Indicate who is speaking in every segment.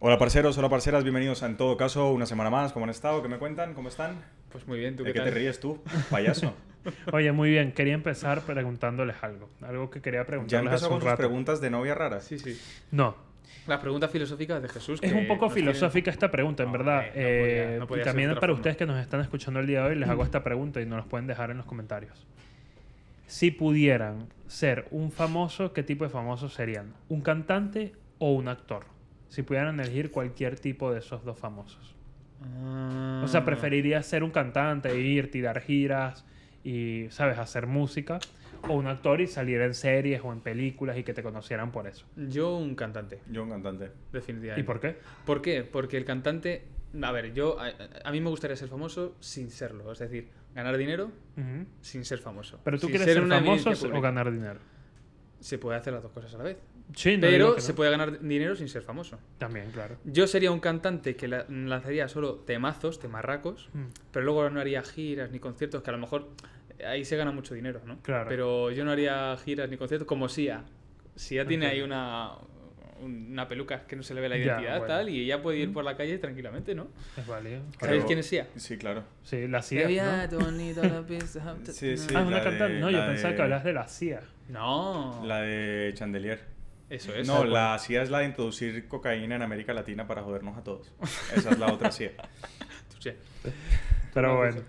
Speaker 1: Hola parceros, hola parceras, bienvenidos a En Todo Caso, una semana más, ¿cómo han estado? ¿Qué me cuentan? ¿Cómo están?
Speaker 2: Pues muy bien, ¿tú
Speaker 1: ¿De
Speaker 2: qué,
Speaker 1: qué
Speaker 2: tal?
Speaker 1: te ríes tú, payaso?
Speaker 3: Oye, muy bien, quería empezar preguntándoles algo. Algo que quería
Speaker 1: Ya
Speaker 3: preguntarles hace
Speaker 1: empezó
Speaker 3: un
Speaker 1: con sus
Speaker 3: rato.
Speaker 1: preguntas de novia rara.
Speaker 2: Sí, sí.
Speaker 3: No,
Speaker 2: Las preguntas filosóficas de Jesús.
Speaker 3: es
Speaker 2: que
Speaker 3: un poco
Speaker 2: nos tienen-
Speaker 3: filosófica esta pregunta, en
Speaker 2: No,
Speaker 3: verdad.
Speaker 2: hombre, no podía-
Speaker 3: Eh,
Speaker 2: no podía
Speaker 3: y
Speaker 2: ser
Speaker 3: también
Speaker 2: de otra
Speaker 3: para
Speaker 2: forma.
Speaker 3: ustedes que nos están escuchando el día de hoy, les hago esta pregunta y nos las pueden dejar en los comentarios. Si pudieran ser un famoso, ¿qué tipo de famosos serían? ¿Un cantante o un actor? Si pudieran elegir cualquier tipo de esos dos famosos.
Speaker 2: Ah.
Speaker 3: O
Speaker 1: Mm.
Speaker 3: sea, preferirías ser un cantante, irte y dar giras y, ¿sabes?, hacer música. O un actor y salir en series o en películas y que te conocieran por eso.
Speaker 2: Yo un cantante,
Speaker 1: Yo un cantante.
Speaker 2: definitivamente.
Speaker 3: ¿Y por qué?
Speaker 2: ¿Por qué? Porque el cantante... A ver, yo... A, a mí me gustaría ser famoso sin serlo. Es decir, ganar dinero
Speaker 3: Ujú.
Speaker 2: sin ser famoso.
Speaker 3: Pero tú
Speaker 2: Sin
Speaker 3: quieres ser,
Speaker 2: una
Speaker 3: famoso
Speaker 2: evidencia
Speaker 3: o
Speaker 2: pública.
Speaker 3: ganar dinero.
Speaker 2: Se puede hacer las dos cosas a la vez.
Speaker 3: Sí, no digo
Speaker 2: Pero
Speaker 3: que
Speaker 2: se
Speaker 3: no.
Speaker 2: puede ganar dinero sin ser famoso.
Speaker 3: También, claro.
Speaker 2: Yo sería un cantante que la- lanzaría solo temazos, temarracos,
Speaker 3: Mm.
Speaker 2: pero luego no haría giras ni conciertos, que a lo mejor eh, ahí se gana mucho dinero, ¿no?
Speaker 3: Claro.
Speaker 2: Pero yo no haría giras ni conciertos como Sia. Sia tiene ahí una, una peluca que no se le ve la
Speaker 3: Ya,
Speaker 2: identidad,
Speaker 3: bueno.
Speaker 2: tal, y ella puede ir por la calle tranquilamente, ¿no?
Speaker 3: Es válido.
Speaker 2: ¿Sabéis
Speaker 1: Pero-
Speaker 2: quién es Sia?
Speaker 1: Sí, claro.
Speaker 3: Sí, la CIA. ¿no?
Speaker 1: Sí, sí.
Speaker 3: Ah, es una
Speaker 1: la de-
Speaker 3: cantante. No, yo
Speaker 1: la
Speaker 3: pensaba
Speaker 1: de-
Speaker 3: que hablas de la CIA.
Speaker 2: No.
Speaker 1: La de Chandelier.
Speaker 2: Eso es.
Speaker 1: no, la CIA es la de introducir cocaína en América Latina para jodernos a todos. Esa es la otra CIA.
Speaker 2: Sí.
Speaker 3: Pero
Speaker 2: No,
Speaker 3: bueno.
Speaker 2: pues-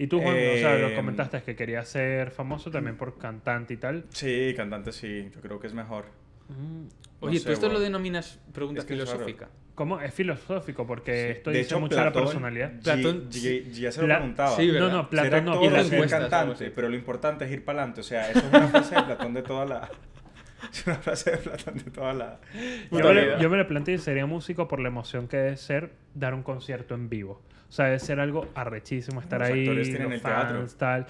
Speaker 3: Y tú, Juan, o sea, lo
Speaker 1: Eh,
Speaker 3: comentaste que querías ser famoso también por cantante y tal.
Speaker 1: Sí, cantante sí, yo creo que es mejor.
Speaker 2: Oye,
Speaker 1: sé,
Speaker 2: ¿tú esto lo
Speaker 1: weón.
Speaker 2: denominas pregunta
Speaker 1: Es que es raro.
Speaker 2: filosófica?
Speaker 3: ¿Cómo? Es filosófico porque esto
Speaker 1: de
Speaker 3: dice
Speaker 1: hecho,
Speaker 3: mucho de
Speaker 1: Platón,
Speaker 3: la personalidad.
Speaker 1: G-
Speaker 2: Platón,
Speaker 1: G- ya se lo
Speaker 3: La-
Speaker 1: preguntaba.
Speaker 2: sí,
Speaker 3: no,
Speaker 2: ¿verdad?
Speaker 3: no,
Speaker 1: Ser
Speaker 3: Platón no.
Speaker 1: actor o
Speaker 3: Platón.
Speaker 1: ser
Speaker 2: encuesta,
Speaker 1: cantante,
Speaker 2: algo así.
Speaker 1: pero lo importante es ir para adelante. O sea, eso es una frase de Platón de toda la. Es una frase de Platón de toda la. toda
Speaker 3: Yo me,
Speaker 1: la
Speaker 3: lo-
Speaker 1: vida.
Speaker 3: yo me lo planteé y sería músico por la emoción que debe ser dar un concierto en vivo. O sea, debe ser algo arrechísimo estar
Speaker 1: Los
Speaker 3: ahí.
Speaker 1: actores tienen
Speaker 3: los
Speaker 1: el teatro.
Speaker 3: fans, tal.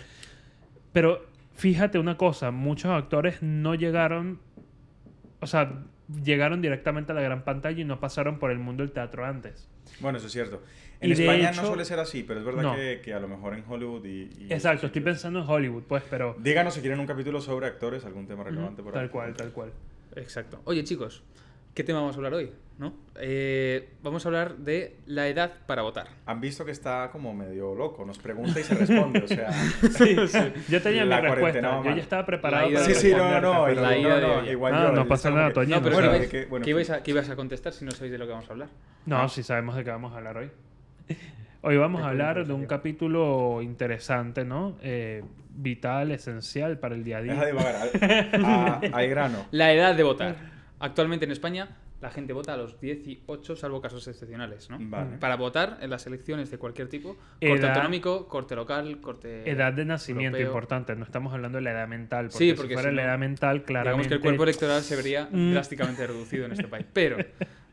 Speaker 3: Pero fíjate una cosa, muchos actores no llegaron, o sea, llegaron directamente a la gran pantalla y no pasaron por el mundo del teatro antes.
Speaker 1: Bueno, eso es cierto. En
Speaker 3: Y de
Speaker 1: España no
Speaker 3: hecho-
Speaker 1: suele ser así, pero es verdad
Speaker 3: No.
Speaker 1: que, que a lo mejor en Hollywood y. y-
Speaker 3: Exacto, estoy pensando en Hollywood, pues, pero
Speaker 1: Díganos si quieren un capítulo sobre actores, algún tema relevante por ahí.
Speaker 3: tal cual, tal cual.
Speaker 2: Exacto. Oye, chicos, ¿qué tema vamos a hablar hoy? ¿No? Eh, vamos a hablar de la edad para votar.
Speaker 1: Han visto que está como medio loco, nos pregunta y se responde, o sea...
Speaker 3: Yo tenía
Speaker 1: La
Speaker 3: mi
Speaker 1: cuarentena
Speaker 3: respuesta,
Speaker 1: va
Speaker 3: yo
Speaker 1: mal.
Speaker 3: ya estaba preparado.
Speaker 2: La ida
Speaker 3: para
Speaker 1: sí, sí, no,
Speaker 3: responderte,
Speaker 1: no,
Speaker 3: pero-
Speaker 2: la
Speaker 1: igual,
Speaker 2: ida
Speaker 1: no, no,
Speaker 2: de-
Speaker 1: igual
Speaker 3: Ah,
Speaker 1: yo,
Speaker 3: no
Speaker 1: yo
Speaker 3: pasa
Speaker 1: estaba
Speaker 3: nada,
Speaker 1: como que-
Speaker 3: Toño.
Speaker 2: No, pero
Speaker 1: bueno,
Speaker 2: ¿qué,
Speaker 1: de
Speaker 2: ibais,
Speaker 1: que- bueno,
Speaker 2: qué
Speaker 1: en
Speaker 2: ibais
Speaker 1: fin.
Speaker 2: a, qué ibais a contestar si no sabéis de lo que vamos a hablar?
Speaker 3: No,
Speaker 1: Ah.
Speaker 3: sí sabemos de qué vamos a hablar hoy. Hoy vamos a hablar de un capítulo interesante, ¿no? Eh, vital, esencial para el día a
Speaker 1: Deja de
Speaker 3: día.
Speaker 1: vagar, a- a- hay grano.
Speaker 2: La edad de votar. Actualmente en España la gente vota a los 18, salvo casos excepcionales, ¿no?
Speaker 1: Vale.
Speaker 2: Para votar en las elecciones de cualquier tipo, corte
Speaker 3: Edad-
Speaker 2: autonómico, corte local, corte...
Speaker 3: Edad de nacimiento,
Speaker 2: europeo.
Speaker 3: importante. No estamos hablando de la edad mental. Porque
Speaker 2: Sí, porque
Speaker 3: si fuera
Speaker 2: si
Speaker 3: la
Speaker 2: no,
Speaker 3: edad mental,
Speaker 2: Digamos
Speaker 3: claramente...
Speaker 2: que el cuerpo electoral se vería
Speaker 3: Mm.
Speaker 2: drásticamente reducido en este país. Pero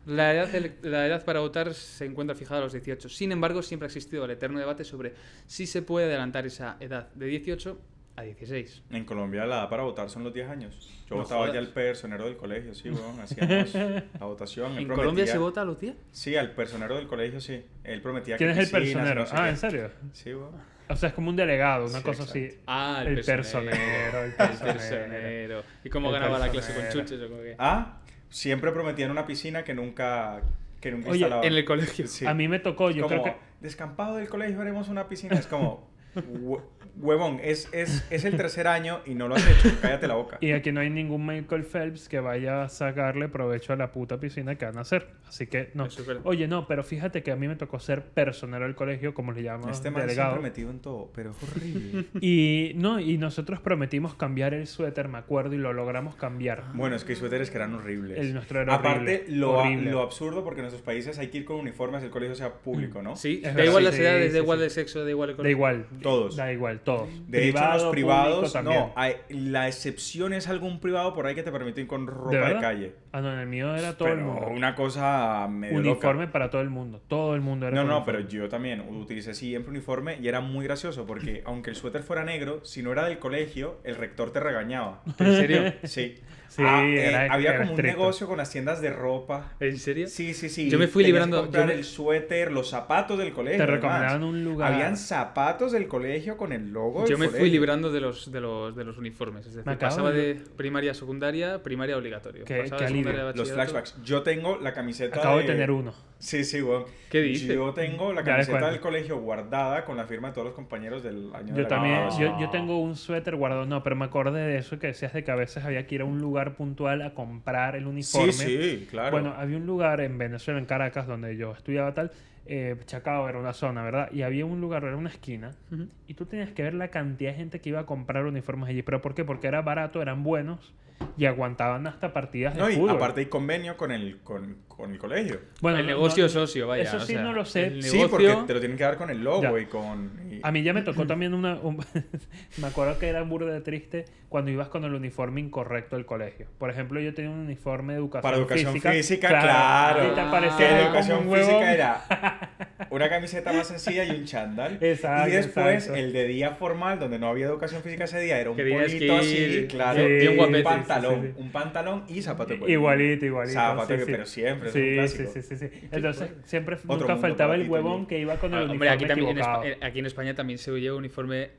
Speaker 2: la edad, ele- la edad para votar se encuentra fijada a los 18. Sin embargo, siempre ha existido el eterno debate sobre si se puede adelantar esa edad de 18 a 16.
Speaker 1: En Colombia la edad para votar son los 10 años. Yo
Speaker 2: No
Speaker 1: votaba
Speaker 2: jodas.
Speaker 1: ya el personero del colegio, sí, weón. Hacíamos la votación. él
Speaker 2: ¿En
Speaker 1: prometía-
Speaker 2: Colombia se vota a los 10?
Speaker 1: Sí, al personero del colegio, sí. Él prometía
Speaker 3: ¿Quién
Speaker 1: que
Speaker 3: es el
Speaker 1: piscinas y
Speaker 3: personero?
Speaker 1: no sé
Speaker 3: ah,
Speaker 1: qué.
Speaker 3: ¿en serio?
Speaker 1: Sí, weón.
Speaker 3: O sea, es como un delegado, una
Speaker 1: Sí,
Speaker 3: cosa así.
Speaker 1: exacto.
Speaker 2: Ah, el,
Speaker 3: el personero, el
Speaker 2: El
Speaker 3: personero.
Speaker 2: personero. ¿Y cómo
Speaker 3: El
Speaker 2: ganaba la clase con
Speaker 3: personero.
Speaker 2: chuches o con qué?
Speaker 1: Ah, siempre prometían una piscina que nunca, que nunca
Speaker 3: Oye,
Speaker 1: instalaban.
Speaker 2: En el colegio.
Speaker 1: Sí.
Speaker 3: A mí me tocó, yo
Speaker 1: como,
Speaker 3: creo que...
Speaker 1: descampado del colegio haremos una piscina. Es como, hue- huevón, es, es, es el tercer año y no lo has hecho. Cállate la boca.
Speaker 3: Y aquí no hay ningún Michael Phelps que vaya a sacarle provecho a la puta piscina que van a hacer. Así que no.
Speaker 2: Eso es verdad.
Speaker 3: Oye, no, pero fíjate que a mí me tocó ser personero del colegio, como le llaman,
Speaker 1: Este man
Speaker 3: delegado.
Speaker 1: siempre metido en todo, pero es horrible.
Speaker 3: Y no, y nosotros prometimos cambiar el suéter, me acuerdo, y lo logramos cambiar.
Speaker 1: Bueno, es que hay suéteres que eran horribles.
Speaker 3: El nuestro era
Speaker 1: Aparte,
Speaker 3: horrible,
Speaker 1: lo,
Speaker 3: horrible.
Speaker 1: lo absurdo, porque en nuestros países hay que ir con uniformes, el colegio sea público, ¿no?
Speaker 2: Sí,
Speaker 3: Es
Speaker 2: da
Speaker 3: verdad.
Speaker 2: igual las
Speaker 3: Mm, Sí,
Speaker 2: edades,
Speaker 3: sí,
Speaker 2: da igual
Speaker 3: sí.
Speaker 2: el sexo, da igual el
Speaker 3: Da
Speaker 2: colegio.
Speaker 3: igual.
Speaker 1: Todos.
Speaker 3: Da igual, todos.
Speaker 1: De hecho, en los
Speaker 3: público
Speaker 1: privados,
Speaker 3: también.
Speaker 1: no, ah, hay- la excepción es algún privado por ahí que te permite ir con ropa
Speaker 3: ¿De
Speaker 1: de,
Speaker 3: verdad?
Speaker 1: calle.
Speaker 3: Ah, no, en el mío era todo el
Speaker 1: Pero
Speaker 3: mundo.
Speaker 1: una cosa medio loca.
Speaker 3: Uniforme para todo el mundo. Todo el mundo era
Speaker 1: No,
Speaker 3: con
Speaker 1: no,
Speaker 3: uniforme.
Speaker 1: pero yo también utilicé siempre uniforme y era muy gracioso porque aunque el suéter fuera negro, si no era del colegio, el rector te regañaba.
Speaker 2: ¿En serio?
Speaker 1: Sí. Ah, eh,
Speaker 3: Sí, era-
Speaker 1: había
Speaker 3: era
Speaker 1: como un
Speaker 3: estricto.
Speaker 1: negocio con las tiendas de ropa.
Speaker 2: ¿En serio?
Speaker 1: Sí, sí, sí.
Speaker 2: Yo me fui
Speaker 1: Tenías que
Speaker 2: librando- yo
Speaker 1: comprar
Speaker 2: me-
Speaker 1: el suéter, los zapatos del colegio.
Speaker 3: Te
Speaker 1: además.
Speaker 3: recomendaban un lugar.
Speaker 1: Habían zapatos del colegio con el logo. del
Speaker 2: Yo me fui
Speaker 1: colegio.
Speaker 2: librando de los, de los, de los uniformes. Es decir,
Speaker 3: Me acabo
Speaker 2: pasaba
Speaker 3: de-
Speaker 2: de primaria a secundaria, primaria obligatorio.
Speaker 3: Qué-
Speaker 2: pasaba
Speaker 3: qué
Speaker 2: de secundaria
Speaker 3: alivio.
Speaker 1: Los
Speaker 2: a bachillerato.
Speaker 1: flashbacks. Yo tengo la camiseta.
Speaker 3: Acabo de tener uno.
Speaker 1: Sí, sí, weón.
Speaker 2: ¿Qué dices?
Speaker 1: Yo tengo la
Speaker 3: Ya les
Speaker 1: camiseta
Speaker 3: cuento.
Speaker 1: del colegio guardada con la firma de todos los compañeros del año de
Speaker 3: Yo
Speaker 1: la
Speaker 3: también,
Speaker 1: graduación.
Speaker 3: yo, yo tengo un suéter guardado, no, pero me acordé de eso que decías de que a veces había que ir a un lugar puntual a comprar el uniforme.
Speaker 1: Sí, sí, claro.
Speaker 3: Bueno, había un lugar en Venezuela, en Caracas, donde yo estudiaba tal, eh, Chacao era una zona, ¿verdad? Y había un lugar, era una esquina,
Speaker 2: Ujú.
Speaker 3: y tú tenías que ver la cantidad de gente que iba a comprar uniformes allí. ¿Pero por qué? Porque era barato, eran buenos y aguantaban hasta partidas de
Speaker 1: No, y
Speaker 3: fútbol.
Speaker 1: aparte hay convenio con el, con, con el colegio.
Speaker 3: Bueno,
Speaker 2: el
Speaker 3: no-
Speaker 2: negocio
Speaker 3: no-
Speaker 2: es socio, vaya.
Speaker 3: eso
Speaker 2: o
Speaker 3: sí
Speaker 2: sea,
Speaker 3: no lo sé.
Speaker 2: el
Speaker 1: Sí, porque
Speaker 2: negocio-
Speaker 1: te lo tienen que dar con el logo
Speaker 3: Ya.
Speaker 1: y con. y-
Speaker 3: A mí ya me tocó también una. un- me acuerdo que era burda de triste cuando ibas con el uniforme incorrecto del colegio. Por ejemplo, yo tenía un uniforme de educación
Speaker 1: Para educación
Speaker 3: física.
Speaker 1: física, claro.
Speaker 3: Y te
Speaker 2: Ah.
Speaker 1: que
Speaker 3: parecía
Speaker 1: la
Speaker 2: Ah,
Speaker 1: educación
Speaker 3: como un huevón.
Speaker 1: física era una camiseta más sencilla y un chándal.
Speaker 3: Exacto,
Speaker 1: y después
Speaker 3: exacto.
Speaker 1: el de día formal, donde no había educación física ese día, era un
Speaker 2: Querías que
Speaker 1: polito así,
Speaker 2: ir
Speaker 1: claro.
Speaker 3: bien- bien
Speaker 1: un
Speaker 2: guapete,
Speaker 1: pantalón,
Speaker 3: sí, sí, sí.
Speaker 1: un pantalón y zapato de cuello.
Speaker 3: Igualito, igualito.
Speaker 1: Zapato
Speaker 3: sí,
Speaker 1: que-
Speaker 3: sí.
Speaker 1: pero siempre, es un
Speaker 3: Sí, sí,
Speaker 1: clásico. pues,
Speaker 3: sí, sí, sí. Entonces, siempre
Speaker 1: Otro
Speaker 3: nunca
Speaker 1: mundo
Speaker 3: faltaba
Speaker 1: para
Speaker 3: el
Speaker 1: ti
Speaker 3: huevón
Speaker 1: también.
Speaker 3: que iba con el
Speaker 2: Ah,
Speaker 3: uniforme
Speaker 2: Hombre, aquí también, en
Speaker 3: equivocado.
Speaker 2: Espa- eh, aquí en España también se lleva uniforme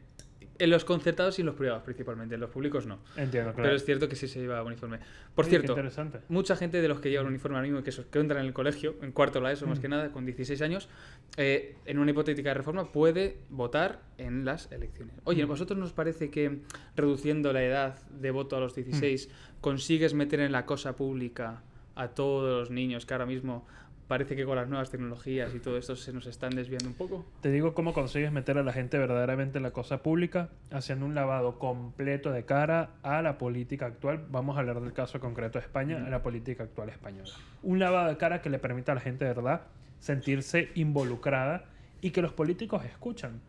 Speaker 2: en los concertados y en los privados principalmente, en los públicos no.
Speaker 3: Entiendo, claro.
Speaker 2: eh, Pero es cierto que sí se lleva uniforme. Por
Speaker 3: Oye, qué
Speaker 2: cierto,
Speaker 3: interesante.
Speaker 2: mucha gente de los que llevan uniforme ahora mismo, que, esos que entran en el colegio, en cuarto de la ESO más que nada, con 16 años, eh, en una hipotética reforma puede votar en las elecciones. Oye, ¿a vosotros nos parece que reduciendo la edad de voto a los 16 consigues meter en la cosa pública a todos los niños que ahora mismo parece que con las nuevas tecnologías y todo esto se nos están desviando un poco?
Speaker 3: Te digo cómo consigues meter a la gente verdaderamente en la cosa pública, haciendo un lavado completo de cara a la política actual. Vamos a hablar del caso concreto de España, a la política actual española. Un lavado de cara que le permita a la gente de verdad sentirse involucrada y que los políticos escuchan.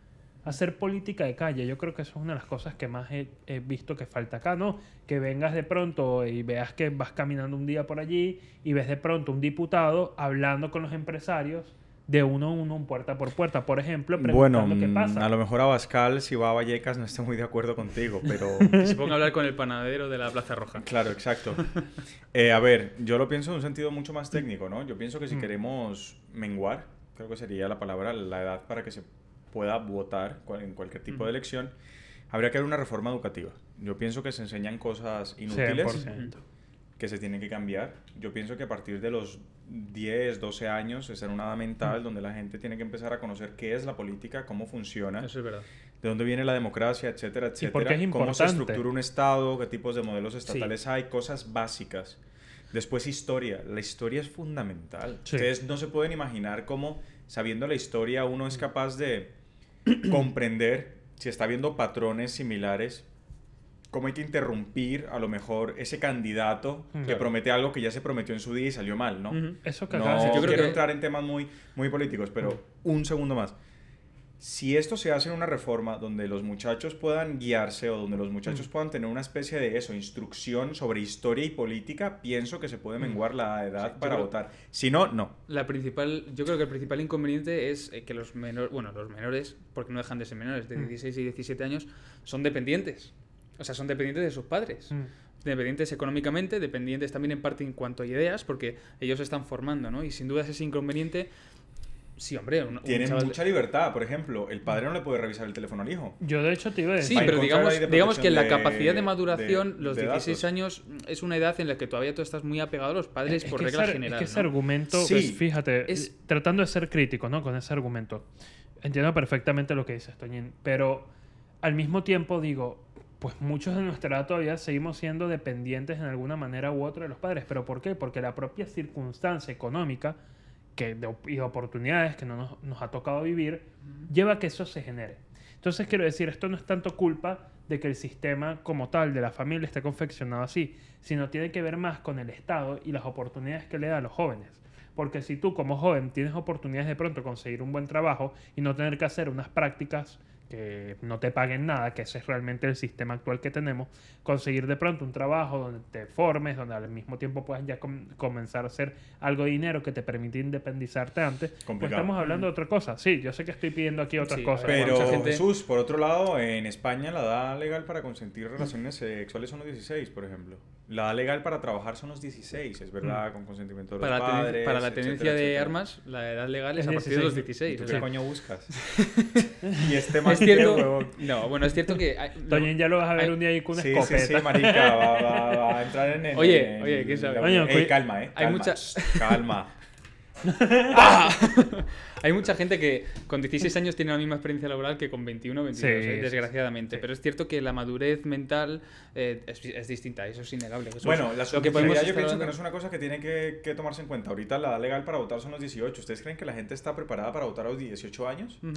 Speaker 3: Hacer política de calle, yo creo que eso es una de las cosas que más he, he visto que falta acá, ¿no? Que vengas de pronto y veas que vas caminando un día por allí y ves de pronto un diputado hablando con los empresarios de uno a uno, puerta por puerta, por ejemplo, preguntando
Speaker 1: Bueno,
Speaker 3: qué
Speaker 1: mm,
Speaker 3: pasa.
Speaker 1: a lo mejor Abascal, si va a Vallecas, no está muy de acuerdo contigo, pero.
Speaker 2: Se ponga a hablar con el panadero de la Plaza Roja.
Speaker 1: Claro, exacto. Eh, a ver, yo lo pienso en un sentido mucho más técnico, ¿no? Yo pienso que si
Speaker 3: Mm.
Speaker 1: queremos menguar, creo que sería la palabra, la edad para que se pueda votar cual- en cualquier tipo de elección, habría que haber una reforma educativa. Yo pienso que se enseñan cosas inútiles
Speaker 3: 100%.
Speaker 1: que se tienen que cambiar. Yo pienso que a partir de los 10, 12 años es en una edad mental donde la gente tiene que empezar a conocer qué es la política, cómo
Speaker 3: ¿Eh?
Speaker 1: funciona
Speaker 2: Eso es verdad.
Speaker 1: de dónde viene la democracia, etcétera, etcétera.
Speaker 3: por qué es
Speaker 1: Cómo se
Speaker 3: importante.
Speaker 1: estructura un Estado, qué tipos de modelos estatales hay, cosas básicas. Después historia. La historia es fundamental.
Speaker 3: Sí.
Speaker 1: Ustedes no se pueden imaginar cómo, sabiendo la historia, uno es capaz de comprender si está viendo patrones similares, cómo hay que interrumpir a lo mejor ese candidato que
Speaker 3: Claro.
Speaker 1: promete algo que ya se prometió en su día y salió mal, ¿no?
Speaker 2: Ujú.
Speaker 3: Eso que
Speaker 1: No,
Speaker 3: acabas de
Speaker 1: yo
Speaker 3: decir.
Speaker 2: creo
Speaker 1: quiero
Speaker 2: que- Mm.
Speaker 1: entrar en temas muy, muy políticos, pero un segundo más. Si esto se hace en una reforma donde los muchachos puedan guiarse o donde los
Speaker 2: Mm.
Speaker 1: muchachos puedan tener una especie de eso, instrucción sobre historia y política, pienso que se puede menguar la edad
Speaker 2: Mm. yo
Speaker 1: para
Speaker 2: creo-
Speaker 1: votar. Si no, no.
Speaker 2: La principal, yo creo que el principal inconveniente es eh, que los menores, bueno, los menores, porque no dejan de ser menores, de
Speaker 3: Mm.
Speaker 2: 16 y 17 años, son dependientes. O sea, son dependientes de sus padres.
Speaker 3: Mm.
Speaker 2: Dependientes económicamente, dependientes también en parte en cuanto a ideas, porque ellos se están formando, ¿no? Y sin duda ese inconveniente, sí, hombre, un, un
Speaker 1: Tienen
Speaker 2: chaval de- Mm.
Speaker 1: mucha libertad, por ejemplo. El padre no le puede revisar el teléfono al hijo.
Speaker 3: Yo de hecho te iba a
Speaker 2: Sí,
Speaker 3: decir.
Speaker 1: Para
Speaker 2: pero
Speaker 1: encontrar
Speaker 2: digamos,
Speaker 1: ahí de
Speaker 2: digamos que la
Speaker 1: protección de-
Speaker 2: capacidad de
Speaker 1: de-
Speaker 2: maduración, los
Speaker 1: de
Speaker 2: 16
Speaker 1: datos.
Speaker 2: años, es una edad en la que todavía tú estás muy apegado a los padres por
Speaker 3: que
Speaker 2: regla
Speaker 3: ese-
Speaker 2: general.
Speaker 3: que ese
Speaker 2: ¿no?
Speaker 3: argumento,
Speaker 1: Sí.
Speaker 3: es- fíjate,
Speaker 2: Es-
Speaker 3: tratando de ser crítico, ¿no? Con ese argumento. Entiendo perfectamente lo que dices, Toñín, pero al mismo tiempo digo, pues muchos de nuestra edad todavía seguimos siendo dependientes en alguna manera u otra de los padres. ¿Pero por qué? Porque la propia circunstancia económica que, de op- y oportunidades que no nos, nos ha tocado vivir lleva a que eso se genere. Entonces quiero decir, esto no es tanto culpa de que el sistema como tal de la familia esté confeccionado así, sino tiene que ver más con el Estado y las oportunidades que le da a los jóvenes. Porque si tú como joven tienes oportunidades de pronto conseguir un buen trabajo y no tener que hacer unas prácticas que no te paguen nada, que ese es realmente el sistema actual que tenemos, conseguir de pronto un trabajo donde te formes, donde al mismo tiempo puedas ya com- comenzar a hacer algo de dinero que te permite independizarte antes, pues
Speaker 1: Complicado.
Speaker 3: estamos hablando de otra cosa. Sí, yo sé que estoy pidiendo aquí otras
Speaker 2: Sí,
Speaker 3: cosas.
Speaker 2: Pero
Speaker 1: Pero,
Speaker 2: mucha gente-
Speaker 1: Jesús, por otro lado, en España la edad legal para consentir relaciones sexuales son los 16, por ejemplo. La edad legal para trabajar son los 16, es verdad, con consentimiento de los
Speaker 2: Mm. Para, la tenen-
Speaker 1: padres.
Speaker 2: para la
Speaker 1: etcétera,
Speaker 2: tenencia de
Speaker 1: etcétera.
Speaker 2: armas, la edad legal es,
Speaker 3: Es
Speaker 2: a partir de los
Speaker 1: 16.
Speaker 2: 16.
Speaker 1: ¿Y tú
Speaker 2: o
Speaker 1: qué
Speaker 2: sea,
Speaker 1: coño buscas? y este
Speaker 2: es
Speaker 1: más
Speaker 2: cierto. No, bueno, es cierto que. hay-
Speaker 3: Toñen ya lo vas a ver
Speaker 2: Ay.
Speaker 3: un día ahí con una
Speaker 1: eh, Sí, sí,
Speaker 3: escopeta.
Speaker 1: sí, marica, va, va- va a entrar en el...
Speaker 2: Oye,
Speaker 1: en
Speaker 2: oye, ¿quién sabe?
Speaker 1: la-
Speaker 3: Coño,
Speaker 1: Ey,
Speaker 3: cu-
Speaker 1: calma, eh.
Speaker 2: hay
Speaker 1: calma,
Speaker 2: mucha-
Speaker 1: ch, Calma.
Speaker 2: Hay mucha gente que con 16 años tiene la misma experiencia laboral que con 21 o 22,
Speaker 3: Sí,
Speaker 2: eh,
Speaker 3: sí,
Speaker 2: desgraciadamente.
Speaker 3: sí.
Speaker 2: Pero es cierto que la madurez mental eh, es, es distinta, eso es innegable. Eso es
Speaker 1: Bueno, la
Speaker 2: lo que podemos
Speaker 1: subjetividad yo
Speaker 2: estar
Speaker 1: pienso
Speaker 2: hablando-
Speaker 1: que no es una cosa que tiene que, que tomarse en cuenta. Ahorita la edad legal para votar son los 18. ¿Ustedes creen que la gente está preparada para votar a los 18 años?
Speaker 2: Ujú.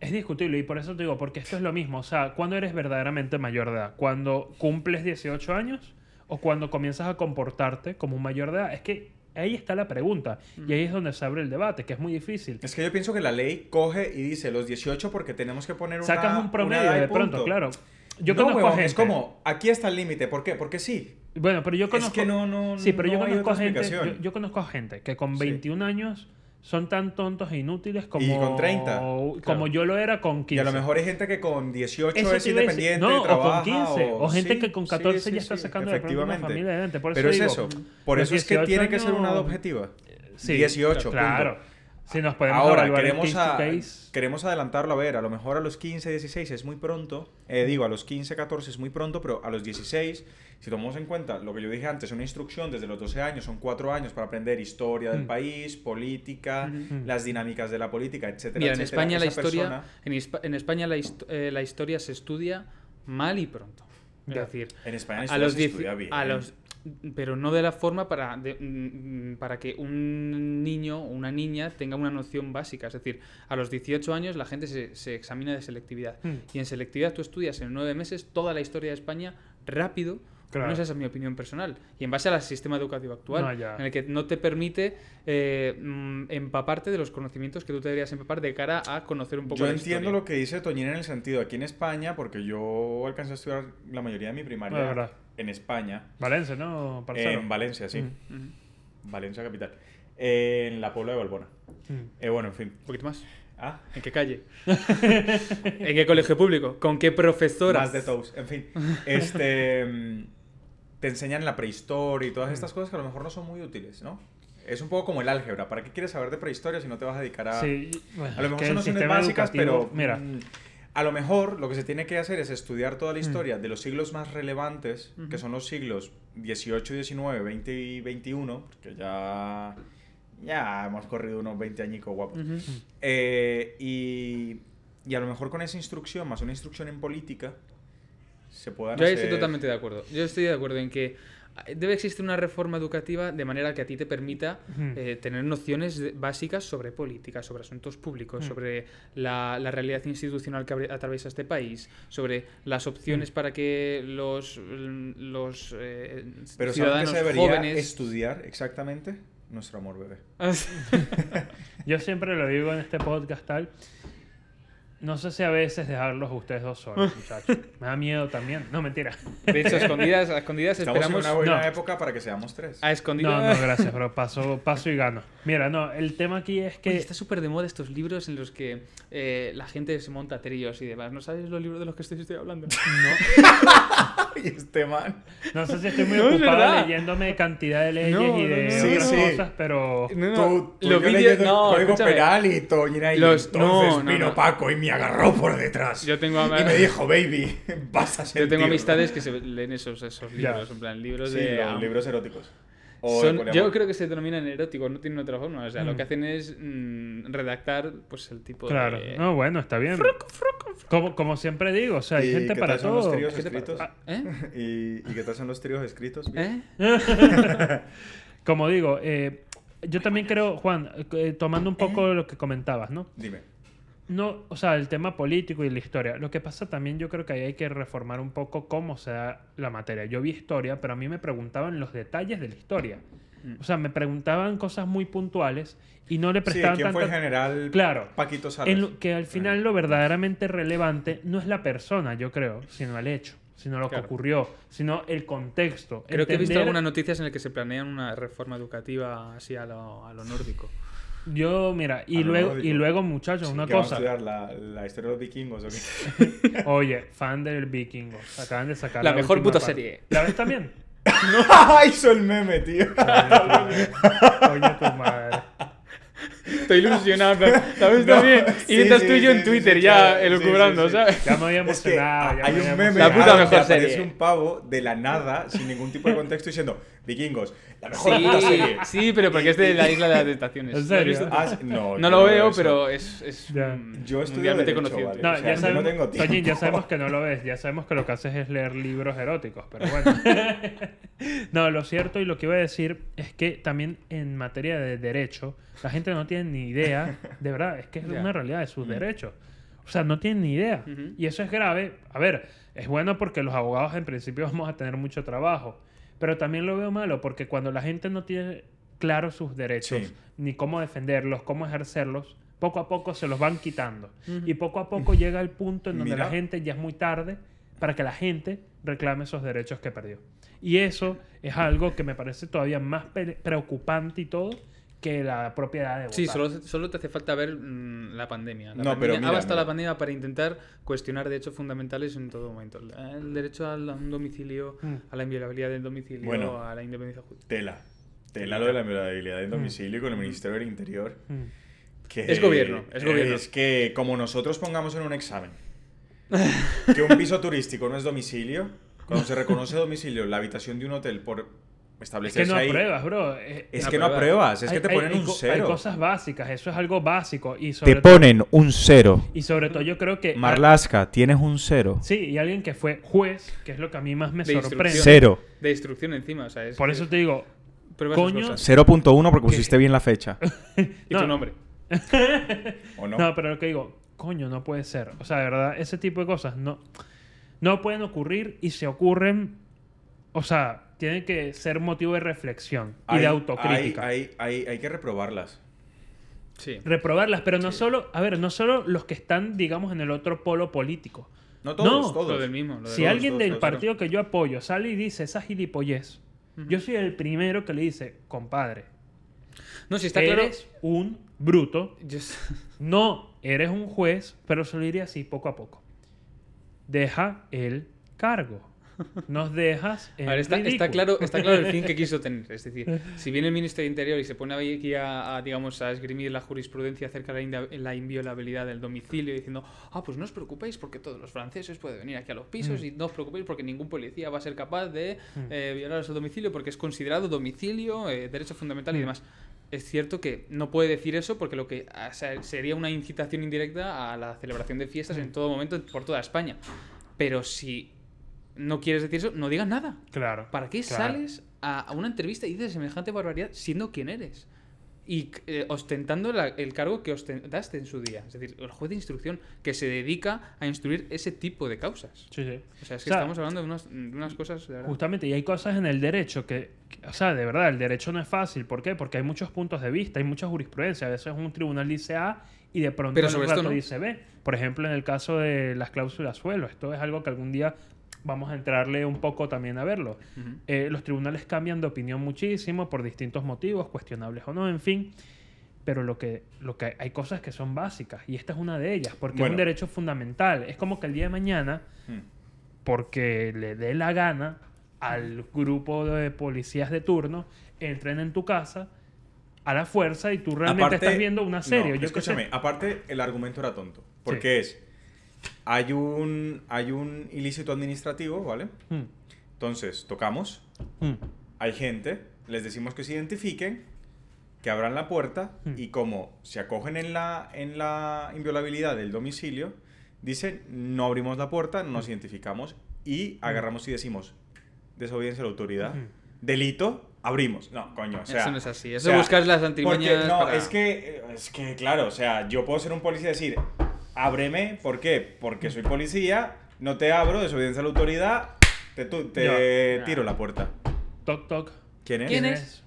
Speaker 3: Es discutible y por eso te digo, porque esto es lo mismo. O sea, ¿cuándo eres verdaderamente mayor de edad? ¿Cuando cumples 18 años o cuando comienzas a comportarte como un mayor de edad? Es que ahí está la pregunta y ahí es donde se abre el debate, que es muy difícil.
Speaker 1: Es que yo pienso que la ley coge y dice los 18 porque tenemos que poner una
Speaker 3: Sacas un
Speaker 1: una
Speaker 3: promedio
Speaker 1: edad y
Speaker 3: de pronto,
Speaker 1: punto.
Speaker 3: claro. Yo
Speaker 1: no,
Speaker 3: conozco
Speaker 1: huevón,
Speaker 3: gente.
Speaker 1: es como, aquí está el límite. ¿Por qué? Porque sí.
Speaker 3: Bueno, pero yo conozco.
Speaker 1: es que no, no,
Speaker 3: Sí, pero yo
Speaker 1: no hay
Speaker 3: conozco
Speaker 1: otra
Speaker 3: gente. Yo,
Speaker 1: explicación.
Speaker 3: yo conozco a gente que con
Speaker 1: Sí.
Speaker 3: 21 años son tan tontos e inútiles como.
Speaker 1: con 30,
Speaker 3: Como
Speaker 2: claro.
Speaker 3: yo lo era con 15.
Speaker 1: Y a lo mejor hay gente que con 18
Speaker 3: Eso
Speaker 1: es
Speaker 3: te iba a decir.
Speaker 1: independiente,
Speaker 3: No,
Speaker 1: trabaja,
Speaker 3: o con 15, o, gente
Speaker 1: sí,
Speaker 3: que con
Speaker 1: sí,
Speaker 3: 14
Speaker 1: sí,
Speaker 3: ya está
Speaker 1: sí,
Speaker 3: sacando de pronto una
Speaker 1: efectivamente.
Speaker 3: familia adelante. Por eso
Speaker 1: Pero es
Speaker 3: digo,
Speaker 1: eso, por
Speaker 3: los
Speaker 1: eso es que
Speaker 3: 18
Speaker 1: tiene que ser una edad
Speaker 3: años-
Speaker 1: objetiva.
Speaker 3: sí,
Speaker 1: 18, punto.
Speaker 3: Claro. Si nos podemos
Speaker 1: Ahora,
Speaker 3: evaluar en
Speaker 1: queremos,
Speaker 3: case to
Speaker 1: a-
Speaker 3: case.
Speaker 1: queremos adelantarlo, a ver, a lo mejor a los 15, 16 es muy pronto, eh, digo, a los 15, 14 es muy pronto, pero a los 16, si tomamos en cuenta lo que yo dije antes, una instrucción desde los 12 años, son 4 años para aprender historia del
Speaker 3: Mm.
Speaker 1: país, política, las dinámicas de la política, etcétera,
Speaker 2: Mm. Mira, en
Speaker 1: etcétera.
Speaker 2: España, la
Speaker 1: Esa
Speaker 2: historia,
Speaker 1: persona-
Speaker 2: en, Hispa- en España la, hist- eh, la historia se estudia mal y pronto. Es
Speaker 3: Ya.
Speaker 2: decir,
Speaker 1: en España la
Speaker 2: a
Speaker 1: historia
Speaker 2: los
Speaker 1: se
Speaker 2: 10
Speaker 1: estudia bien.
Speaker 2: a los pero no de la forma para de- mm, para que un niño o una niña tenga una noción básica es decir a los 18 años la gente se, se examina de selectividad
Speaker 3: Hmm.
Speaker 2: y en selectividad tú estudias en nueve meses toda la historia de España rápido
Speaker 3: Claro.
Speaker 2: No esa es mi opinión personal. Y en base al sistema educativo actual,
Speaker 3: No, ya.
Speaker 2: en el que no te permite eh, mm, empaparte de los conocimientos que tú te deberías empapar de cara a conocer un poco
Speaker 1: Yo
Speaker 2: la
Speaker 1: entiendo
Speaker 2: historia.
Speaker 1: lo que dice Toñín en el sentido, aquí en España, porque yo alcancé a estudiar la mayoría de mi
Speaker 3: Ah,
Speaker 1: primaria
Speaker 3: verdad.
Speaker 1: en España,
Speaker 3: Valencia, ¿no? Parcero?
Speaker 1: en Valencia, sí,
Speaker 3: Mm.
Speaker 2: Ujú.
Speaker 1: Valencia capital, en la Puebla de Valbona.
Speaker 3: Mm.
Speaker 1: Eh, bueno, en fin.
Speaker 2: Un poquito más.
Speaker 1: Ah,
Speaker 2: ¿En qué calle? ¿En qué colegio público? ¿Con qué profesora?
Speaker 1: más de toast. En fin, este, mm, te enseñan la prehistoria y todas
Speaker 3: Mm.
Speaker 1: estas cosas que a lo mejor no son muy útiles, ¿no? Es un poco como el álgebra. ¿Para qué quieres saber de prehistoria si no te vas a dedicar a...
Speaker 3: Sí, bueno,
Speaker 1: A lo
Speaker 3: es que
Speaker 1: mejor
Speaker 3: el
Speaker 1: son nociones
Speaker 3: sistema
Speaker 1: básicas,
Speaker 3: educativo-
Speaker 1: pero.
Speaker 3: Mira,
Speaker 1: mm, A lo mejor lo que se tiene que hacer es estudiar
Speaker 3: Mm.
Speaker 1: toda la historia de los siglos más relevantes, que son los siglos 18, 19, 20 y 21, porque ya. Ya hemos corrido unos 20 añicos guapos.
Speaker 2: Ujú.
Speaker 1: Eh, y, y a lo mejor con esa instrucción, más una instrucción en política, se puedan
Speaker 2: Yo ahí
Speaker 1: hacer-
Speaker 2: estoy totalmente de acuerdo. Yo estoy de acuerdo en que ah, debe existir una reforma educativa de manera que a ti te permita
Speaker 3: Ujú.
Speaker 2: eh, tener nociones de- básicas sobre política, sobre asuntos públicos,
Speaker 3: Ujú.
Speaker 2: sobre la, la realidad institucional que abre- atraviesa este país, sobre las opciones para que los, los eh,
Speaker 1: Pero ¿saben que
Speaker 2: ciudadanos
Speaker 1: se debería
Speaker 2: jóvenes...
Speaker 1: estudiar exactamente? Nuestro amor, bebé.
Speaker 3: yo siempre lo digo en este podcast tal. No sé si a veces dejarlos a ustedes dos solos, muchachos. Me da miedo también. No, mentira.
Speaker 2: de hecho, a escondidas, a escondidas
Speaker 1: Estamos
Speaker 2: esperamos...
Speaker 1: en una buena
Speaker 3: no.
Speaker 1: época para que seamos tres.
Speaker 2: A
Speaker 3: No,
Speaker 2: escondidas...
Speaker 3: no, gracias, bro. Paso, paso y gano. Mira, no, el tema aquí es que.
Speaker 2: Oye, está súper de moda estos libros en los que eh, la gente se monta trillos y demás. ¿No sabes los libros de los que estoy, estoy hablando?
Speaker 3: No,
Speaker 1: Y este man.
Speaker 3: no sé si estoy muy
Speaker 2: No, es
Speaker 3: ocupado
Speaker 2: verdad.
Speaker 3: leyéndome cantidad de leyes
Speaker 2: No,
Speaker 3: y de
Speaker 2: no,
Speaker 1: no, no.
Speaker 3: otras
Speaker 1: Sí, sí.
Speaker 3: cosas, pero.
Speaker 1: Tú, tú,
Speaker 2: los
Speaker 1: yo
Speaker 2: vídeos-
Speaker 1: leyendo el
Speaker 2: no,
Speaker 1: código
Speaker 2: escúchame.
Speaker 1: penal y todo, y era, y
Speaker 2: Los-
Speaker 1: entonces
Speaker 2: no, no,
Speaker 1: vino
Speaker 2: no.
Speaker 1: Paco y me agarró por detrás.
Speaker 2: Yo tengo, ama-
Speaker 1: y me dijo, baby, vas a sentirlo.
Speaker 2: yo tengo amistades que se leen esos, esos libros, en plan, libros
Speaker 1: Sí,
Speaker 2: de...
Speaker 1: los
Speaker 2: am-
Speaker 1: libros eróticos. O de
Speaker 2: son-
Speaker 1: poliamor.
Speaker 2: yo creo que se denominan eróticos, no tienen otra forma. O sea, lo
Speaker 3: Mm.
Speaker 2: que hacen es mm, redactar pues el tipo
Speaker 3: Claro,
Speaker 2: de...
Speaker 3: no, bueno, está bien. Como, como siempre digo, o sea, hay
Speaker 1: ¿Y
Speaker 3: gente
Speaker 1: qué
Speaker 3: para
Speaker 1: tal son los
Speaker 3: todo.
Speaker 1: tríos
Speaker 2: ¿Qué te
Speaker 1: escritos?
Speaker 2: parece? ¿Eh?
Speaker 1: ¿Y, ¿Y qué tal son los tríos escritos?
Speaker 2: ¿Eh?
Speaker 3: Como digo, eh, yo también creo, Juan, eh, tomando un poco lo que comentabas, ¿no?
Speaker 1: Dime.
Speaker 3: No, o sea, el tema político y la historia. Lo que pasa también, yo creo que ahí hay que reformar un poco cómo se da la materia. Yo vi historia, pero a mí me preguntaban los detalles de la historia.
Speaker 2: Mm.
Speaker 3: O sea, me preguntaban cosas muy puntuales y no le
Speaker 1: Sí,
Speaker 3: prestaban
Speaker 1: ¿quién fue el
Speaker 3: tanta-
Speaker 1: general
Speaker 3: Claro.
Speaker 1: Paquito Salas?
Speaker 3: en lo- que
Speaker 2: Ah.
Speaker 3: al final lo verdaderamente relevante no es la persona, yo creo, sino el hecho, sino lo
Speaker 2: Claro.
Speaker 3: que ocurrió, sino el contexto.
Speaker 2: Creo que he visto
Speaker 3: Entender-
Speaker 2: algunas noticias en las que se planean una reforma educativa así a lo, a lo nórdico.
Speaker 3: Yo, mira, y
Speaker 1: A lo
Speaker 3: luego,
Speaker 1: nórdico.
Speaker 3: y luego, muchachos, una
Speaker 1: ¿Que vamos a
Speaker 3: cosa.
Speaker 1: estudiar la, la historia de los vikingos? ¿o qué?
Speaker 3: Oye, fan del vikingo. Acaban de sacar
Speaker 2: La mejor
Speaker 3: última
Speaker 2: puta
Speaker 3: parte.
Speaker 2: serie.
Speaker 3: ¿La ves también?
Speaker 1: Hizo el meme, tío.
Speaker 3: Coño, tu madre.
Speaker 2: Estoy ilusionado. ¿Sabes
Speaker 1: No,
Speaker 2: también?
Speaker 1: sí,
Speaker 2: Y estás
Speaker 1: sí,
Speaker 2: tú y yo
Speaker 1: sí,
Speaker 2: en
Speaker 1: sí,
Speaker 2: Twitter
Speaker 1: sí,
Speaker 2: ya
Speaker 1: sí,
Speaker 2: elucubrando,
Speaker 1: sí, sí.
Speaker 2: ¿sabes?
Speaker 3: Ya me había
Speaker 1: Es que
Speaker 3: emocionado. ya me
Speaker 1: hay
Speaker 3: había
Speaker 1: un meme
Speaker 2: La
Speaker 3: emocionado.
Speaker 2: puta
Speaker 1: donde
Speaker 2: mejor
Speaker 1: aparece
Speaker 2: serie.
Speaker 1: un pavo de la nada, sin ningún tipo de contexto, diciendo, vikingos, la mejor puta
Speaker 2: Sí,
Speaker 1: serie.
Speaker 2: sí, pero porque es de la isla de las tentaciones.
Speaker 3: ¿En
Speaker 2: ¿Lo has
Speaker 3: serio?
Speaker 2: visto?
Speaker 1: Ah, sí, no, yo
Speaker 2: No lo veo,
Speaker 1: eso.
Speaker 2: pero es, es
Speaker 3: Ya.
Speaker 2: mm,
Speaker 1: Yo estudio
Speaker 2: mundialmente
Speaker 1: derecho,
Speaker 2: conocido.
Speaker 1: vale.
Speaker 2: tío.
Speaker 3: No,
Speaker 1: O sea,
Speaker 3: ya
Speaker 1: yo
Speaker 3: sabemos,
Speaker 1: no tengo tiempo.
Speaker 3: Toñín, ya sabemos que no lo ves, ya sabemos que lo que haces es leer libros eróticos, pero bueno. no, lo cierto y lo que iba a decir es que también en materia de derecho, la gente no tiene ni idea, de verdad, es que es
Speaker 2: Ya.
Speaker 3: una realidad de sus derechos. O sea, no tienen ni idea.
Speaker 2: Ujú.
Speaker 3: Y eso es grave. A ver, es bueno porque los abogados en principio vamos a tener mucho trabajo, pero también lo veo malo porque cuando la gente no tiene claro sus derechos,
Speaker 1: Sí.
Speaker 3: ni cómo defenderlos, cómo ejercerlos, poco a poco se los van quitando. Y poco a poco llega el punto en donde la
Speaker 1: Mira.
Speaker 3: gente ya es muy tarde para que la gente reclame esos derechos que perdió. Y eso es algo que me parece todavía más pe- preocupante y todo que la propiedad de votar.
Speaker 2: Sí, solo, solo te hace falta ver mm, la pandemia. La
Speaker 1: No, pero
Speaker 2: pandemia-
Speaker 1: mira,
Speaker 2: ha bastado
Speaker 1: mira.
Speaker 2: la pandemia para intentar cuestionar derechos fundamentales en todo momento. El derecho al- a un domicilio,
Speaker 3: Mm.
Speaker 2: a la inviolabilidad del domicilio,
Speaker 1: Bueno.
Speaker 2: a la independencia judicial.
Speaker 1: Tela. Tela lo de la inviolabilidad
Speaker 2: Mm.
Speaker 1: del domicilio y con el Ministerio del Interior.
Speaker 3: Mm.
Speaker 1: que-
Speaker 2: Es gobierno, es gobierno.
Speaker 1: Es que como nosotros pongamos en un examen que un piso turístico no es domicilio, cuando se reconoce domicilio la habitación de un hotel por
Speaker 3: Es que
Speaker 1: establecerse
Speaker 3: no
Speaker 1: ahí...
Speaker 3: apruebas, bro. Eh,
Speaker 1: Es
Speaker 2: No
Speaker 1: que no
Speaker 2: apruebas.
Speaker 1: apruebas, es que
Speaker 3: hay-
Speaker 1: te
Speaker 3: hay-
Speaker 1: ponen
Speaker 3: hay
Speaker 1: un
Speaker 3: co- Hay
Speaker 1: cero.
Speaker 3: cosas básicas, eso es algo básico. Y sobre
Speaker 1: Te ponen un cero.
Speaker 3: Y sobre todo yo creo que...
Speaker 1: Marlaska, tienes un cero.
Speaker 3: Sí, y alguien que fue juez, que es lo que a mí más me
Speaker 2: De
Speaker 3: sorprende.
Speaker 2: instrucción.
Speaker 1: Cero.
Speaker 2: De instrucción encima, o sea, es
Speaker 3: Por
Speaker 2: que
Speaker 3: eso te digo,
Speaker 2: pruebas esas
Speaker 3: coño,
Speaker 2: cosas.
Speaker 1: 0.1 porque
Speaker 3: ¿Qué?
Speaker 1: pusiste bien la fecha.
Speaker 2: Y
Speaker 3: no.
Speaker 2: tu nombre.
Speaker 1: ¿O no?
Speaker 3: no. pero lo que digo, coño, no puede ser. O sea, de verdad, ese tipo de cosas no, no pueden ocurrir y se ocurren, o sea, tienen que ser motivo de reflexión y de
Speaker 1: Hay-
Speaker 3: autocrítica.
Speaker 1: Hay, hay, hay, hay que reprobarlas.
Speaker 2: Sí.
Speaker 3: Reprobarlas, pero no solo, a ver, no solo los que están, digamos, en el otro polo político.
Speaker 1: No todos,
Speaker 3: No,
Speaker 1: todos.
Speaker 2: Lo del mismo. lo del
Speaker 3: Si
Speaker 2: mismo.
Speaker 3: alguien
Speaker 1: todos,
Speaker 3: del
Speaker 1: todos,
Speaker 3: partido que yo apoyo sale y dice esa gilipollez, yo soy el primero que le dice, compadre,
Speaker 2: No, si está claro.
Speaker 3: eres un bruto,
Speaker 2: Yo s-
Speaker 3: no eres un juez, pero se lo diría así poco a poco. Deja el cargo. Nos dejas en
Speaker 2: A ver, está, está
Speaker 3: Eh, ridículo.
Speaker 2: claro, está claro el fin que quiso tener. Es decir, si viene el Ministerio de Interior y se pone ahí aquí a, a, digamos, a esgrimir la jurisprudencia acerca de la, inda- la inviolabilidad del domicilio, diciendo, ah, pues no os preocupéis porque todos los franceses pueden venir aquí a los pisos y no os preocupéis porque ningún policía va a ser capaz de eh, violar su domicilio porque es considerado domicilio, eh, derecho fundamental y demás. Es cierto que no puede decir eso porque lo que ah, se- sería una incitación indirecta a la celebración de fiestas en todo momento por toda España. Pero si no quieres decir eso, no digas nada.
Speaker 3: Claro.
Speaker 2: ¿Para qué
Speaker 3: claro.
Speaker 2: sales a, a una entrevista y dices semejante barbaridad siendo quien eres? Y eh, ostentando la- el cargo que ostentaste en su día. Es decir, el juez de instrucción que se dedica a instruir ese tipo de causas.
Speaker 3: Sí, sí.
Speaker 2: O sea, es que
Speaker 3: O sea,
Speaker 2: estamos hablando de unas, de unas cosas de verdad.
Speaker 3: Justamente, y hay cosas en el derecho que, que- o sea, de verdad, el derecho no es fácil. ¿Por qué? Porque hay muchos puntos de vista, hay mucha jurisprudencia. A veces un tribunal dice A y de pronto
Speaker 2: Pero
Speaker 3: en un
Speaker 2: sobre esto
Speaker 3: rato
Speaker 2: no.
Speaker 3: dice B. Por ejemplo, en el caso de las cláusulas suelo. Esto es algo que algún día vamos a entrarle un poco también a verlo.
Speaker 2: Ujú.
Speaker 3: Eh, los tribunales cambian de opinión muchísimo por distintos motivos, cuestionables o no, en fin. Pero lo que, lo que hay cosas que son básicas y esta es una de ellas, porque es
Speaker 1: Bueno.
Speaker 3: un derecho fundamental. Es como que el día de mañana
Speaker 1: Hmm.
Speaker 3: porque le dé la gana al grupo de policías de turno, entren en tu casa a la fuerza y tú realmente
Speaker 1: Aparte-
Speaker 3: estás viendo una serie.
Speaker 1: no,
Speaker 3: yo qué
Speaker 1: escúchame,
Speaker 3: sé.
Speaker 1: aparte el argumento era tonto.
Speaker 3: Sí.
Speaker 1: Porque es, hay un, hay un ilícito administrativo, ¿vale?
Speaker 3: Mm,
Speaker 1: Entonces, tocamos,
Speaker 3: mm,
Speaker 1: hay gente, les decimos que se identifiquen, que abran la puerta
Speaker 3: Hmm.
Speaker 1: y como se acogen en la, en la inviolabilidad del domicilio, dicen, no abrimos la puerta, no
Speaker 3: Hmm.
Speaker 1: nos identificamos y agarramos y decimos, desobediencia a la autoridad,
Speaker 3: Hmm.
Speaker 1: delito, abrimos. No, coño, o sea...
Speaker 2: eso no es así.
Speaker 1: o
Speaker 2: Eso
Speaker 1: sea,
Speaker 2: buscas las
Speaker 1: porque,
Speaker 2: antimañas.
Speaker 1: no, es que, es que, claro, o sea, yo puedo ser un policía y decir, ábreme, ¿por qué? Porque soy policía, no te abro, desobediencia a la autoridad, te, tu- te
Speaker 3: Ya, ya.
Speaker 1: tiro la puerta.
Speaker 3: Toc, toc.
Speaker 1: ¿Quién es?
Speaker 2: ¿Quién es?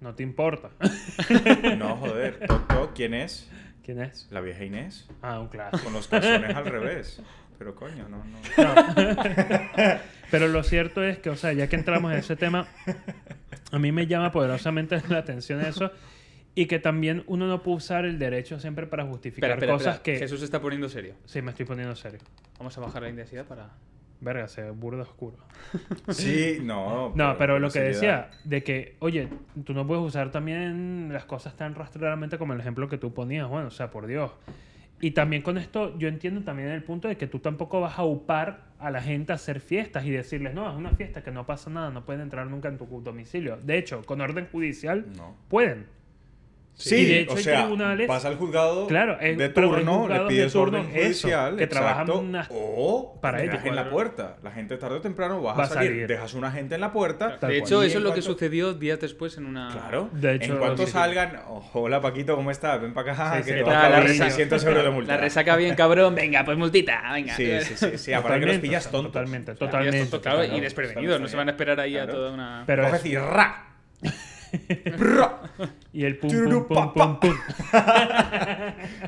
Speaker 3: No te importa.
Speaker 1: No, joder, toc, toc, ¿quién es?
Speaker 3: ¿Quién es?
Speaker 1: La vieja Inés,
Speaker 3: Ah, un clásico.
Speaker 1: con los calzones al revés. Pero coño, no, no.
Speaker 3: No. Pero lo cierto es que, o sea, ya que entramos en ese tema, a mí me llama poderosamente la atención eso y que también uno no puede usar el derecho siempre para justificar
Speaker 2: Espera, espera,
Speaker 3: cosas
Speaker 2: espera.
Speaker 3: que...
Speaker 2: Jesús se está poniendo serio.
Speaker 3: Sí, me estoy poniendo serio.
Speaker 2: Vamos a bajar la intensidad para.
Speaker 3: Verga, se ve burda oscuro.
Speaker 1: Sí, no.
Speaker 3: No, pero
Speaker 1: con
Speaker 3: lo que
Speaker 1: seriedad.
Speaker 3: decía, de que, oye, tú no puedes usar también las cosas tan rastreramente como el ejemplo que tú ponías, bueno, o sea, por Dios. Y también con esto, yo entiendo también el punto de que tú tampoco vas a upar a la gente a hacer fiestas y decirles, no, es una fiesta que no pasa nada, no pueden entrar nunca en tu domicilio. De hecho, con orden judicial,
Speaker 1: No.
Speaker 3: pueden.
Speaker 1: Sí,
Speaker 3: Y de hecho
Speaker 1: o
Speaker 3: hay
Speaker 1: sea,
Speaker 3: tribunales-
Speaker 1: vas al juzgado
Speaker 3: Claro, eh,
Speaker 1: de
Speaker 3: pero hay
Speaker 1: turno, le
Speaker 3: juzgados de
Speaker 1: pides
Speaker 3: turno,
Speaker 1: orden
Speaker 3: eso,
Speaker 1: judicial,
Speaker 3: que trabajan
Speaker 1: exacto,
Speaker 3: unas-
Speaker 1: o
Speaker 3: para
Speaker 1: para
Speaker 3: ello.
Speaker 1: en la puerta. La gente tarde o temprano vas
Speaker 3: Va
Speaker 1: a
Speaker 3: a
Speaker 1: salir,
Speaker 3: salir.
Speaker 1: dejas una gente en la puerta.
Speaker 3: Tal
Speaker 2: de
Speaker 3: cual.
Speaker 2: hecho,
Speaker 1: y en
Speaker 2: eso es lo que
Speaker 1: cuanto-
Speaker 2: sucedió días después en una.
Speaker 1: Claro.
Speaker 3: De hecho,
Speaker 1: en cuanto
Speaker 3: sí, sí.
Speaker 1: salgan, oh, hola Paquito, ¿cómo estás? Ven para acá,
Speaker 3: Sí,
Speaker 1: que
Speaker 3: sí,
Speaker 1: te
Speaker 3: la-
Speaker 1: va a
Speaker 2: Ah,
Speaker 3: la
Speaker 1: pagar
Speaker 3: resaca.
Speaker 1: 600 euros de multa.
Speaker 2: La resaca bien, cabrón. Venga, pues multita, venga.
Speaker 1: Sí, sí, sí, sí. Aparte que los
Speaker 3: Totalmente,
Speaker 1: pillas tontos.
Speaker 3: Totalmente,
Speaker 2: Claro, ya
Speaker 3: totalmente.
Speaker 2: es tonto, claro, y
Speaker 3: totalmente.
Speaker 2: desprevenidos. No se van a esperar ahí a
Speaker 1: Claro.
Speaker 2: toda una.
Speaker 3: Pero
Speaker 1: Coges y ra. Bra.
Speaker 3: Y el pum,
Speaker 1: Tururú,
Speaker 3: pum,
Speaker 1: pa,
Speaker 3: pum,
Speaker 1: pa.
Speaker 3: pum, pum.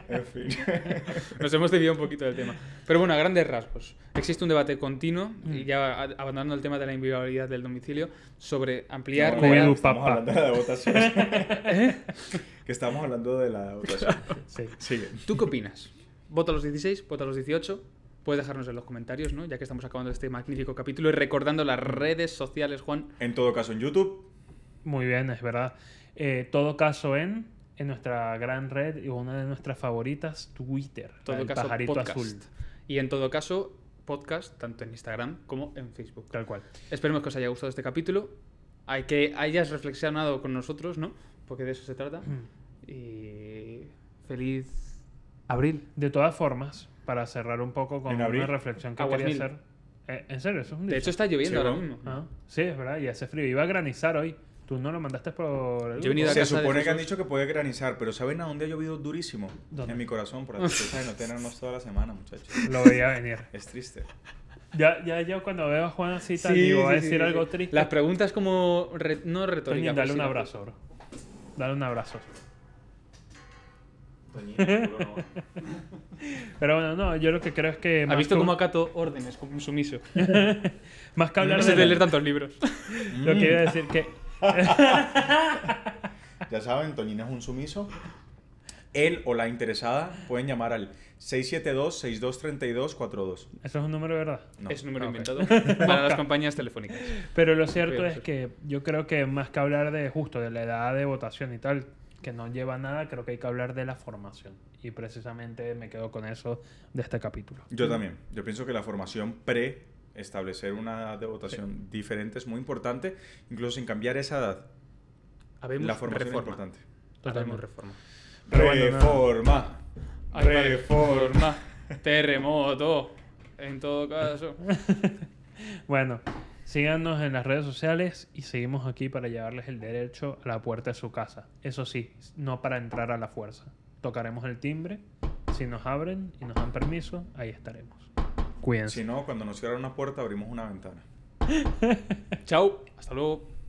Speaker 1: En fin.
Speaker 2: Nos hemos desviado un poquito del tema. Pero bueno, a grandes rasgos. Existe un debate continuo, y ya a- abandonando el tema de la inviolabilidad del domicilio, sobre ampliar.
Speaker 3: Como
Speaker 2: la edad-
Speaker 3: Edu.
Speaker 1: Estamos
Speaker 3: papá.
Speaker 1: hablando de la votación. Que estamos hablando de la votación.
Speaker 3: Sí.
Speaker 1: Sigue.
Speaker 2: ¿Tú qué opinas? ¿Vota a los 16? ¿Vota a los 18? Puedes dejarnos en los comentarios, ¿no? Ya que estamos acabando este magnífico capítulo y recordando las redes sociales, Juan.
Speaker 1: En todo caso, en YouTube.
Speaker 3: Muy bien, es verdad. Eh, todo caso en, en nuestra gran red y una de nuestras favoritas, Twitter. la
Speaker 2: Todo
Speaker 3: del
Speaker 2: caso,
Speaker 3: pajarito
Speaker 2: podcast.
Speaker 3: azul.
Speaker 2: Y en todo caso, podcast, tanto en Instagram como en Facebook.
Speaker 3: Tal cual.
Speaker 2: Esperemos que os haya gustado este capítulo. Hay que hayas reflexionado con nosotros, ¿no? Porque de eso se trata. Y feliz abril.
Speaker 3: De todas formas, para cerrar un poco con
Speaker 1: En
Speaker 3: una
Speaker 1: abril.
Speaker 3: reflexión que
Speaker 2: Aguas
Speaker 3: quería
Speaker 2: mil.
Speaker 3: hacer. Eh, en serio, eso es un
Speaker 2: De
Speaker 3: dicho?
Speaker 2: hecho está lloviendo
Speaker 1: Sí,
Speaker 2: ahora
Speaker 1: ¿no?
Speaker 2: mismo.
Speaker 3: Ah, sí, es verdad, y hace frío. Iba a granizar hoy. Tú no lo mandaste por. el
Speaker 2: Yo he venido
Speaker 3: grupo?
Speaker 2: a
Speaker 1: Se
Speaker 2: casa de
Speaker 1: supone que han
Speaker 2: Jesús.
Speaker 1: dicho que puede granizar, pero ¿saben a dónde ha llovido durísimo?
Speaker 3: ¿Dónde?
Speaker 1: En mi corazón, por la tristeza de no tenernos toda la semana, muchachos.
Speaker 3: Lo veía venir.
Speaker 1: Es triste.
Speaker 3: Ya, ya yo cuando veo a Juan así tal, digo, va a decir algo triste.
Speaker 2: Las preguntas como... re- no
Speaker 3: Toñín,
Speaker 2: retóricas. pero
Speaker 3: dale un
Speaker 2: pues sí-
Speaker 3: abrazo, bro. Dale un abrazo. Pero bueno, no, yo lo que creo es que.
Speaker 2: ¿Has
Speaker 3: más
Speaker 2: visto
Speaker 3: que-
Speaker 2: cómo acato órdenes como un sumiso?
Speaker 3: Más que
Speaker 2: No
Speaker 3: hablar
Speaker 2: sé de
Speaker 3: de
Speaker 2: leer tantos libros.
Speaker 3: Lo que iba a decir que.
Speaker 1: Ya saben, Toñina es un sumiso. Él o la interesada pueden llamar al 672-6232-42.
Speaker 3: Eso es un número, ¿verdad?
Speaker 1: No.
Speaker 2: Es un número
Speaker 3: Ah, ok.
Speaker 2: inventado para las compañías telefónicas.
Speaker 3: Pero lo cierto
Speaker 2: Bien,
Speaker 3: es
Speaker 2: sí.
Speaker 3: que yo creo que más que hablar de justo de la edad de votación y tal, que no lleva a nada, creo que hay que hablar de la formación. Y precisamente me quedo con eso de este capítulo.
Speaker 1: Yo también. Yo pienso que la formación pre establecer una edad de votación diferente es muy importante, incluso sin cambiar esa edad.
Speaker 2: Habemos
Speaker 1: la formación es
Speaker 2: reforma.
Speaker 1: importante.
Speaker 2: Habemos reforma.
Speaker 3: Pero bueno, nada.
Speaker 1: Reforma.
Speaker 2: Ay, vale. Reforma. Terremoto. En todo caso.
Speaker 3: Bueno, síganos en las redes sociales y seguimos aquí para llevarles el derecho a la puerta de su casa. Eso sí, no para entrar a la fuerza. Tocaremos el timbre. Si nos abren y nos dan permiso, ahí estaremos. Cuídense.
Speaker 1: Si no, cuando nos cierran una puerta, abrimos una ventana.
Speaker 2: Chao. Hasta luego.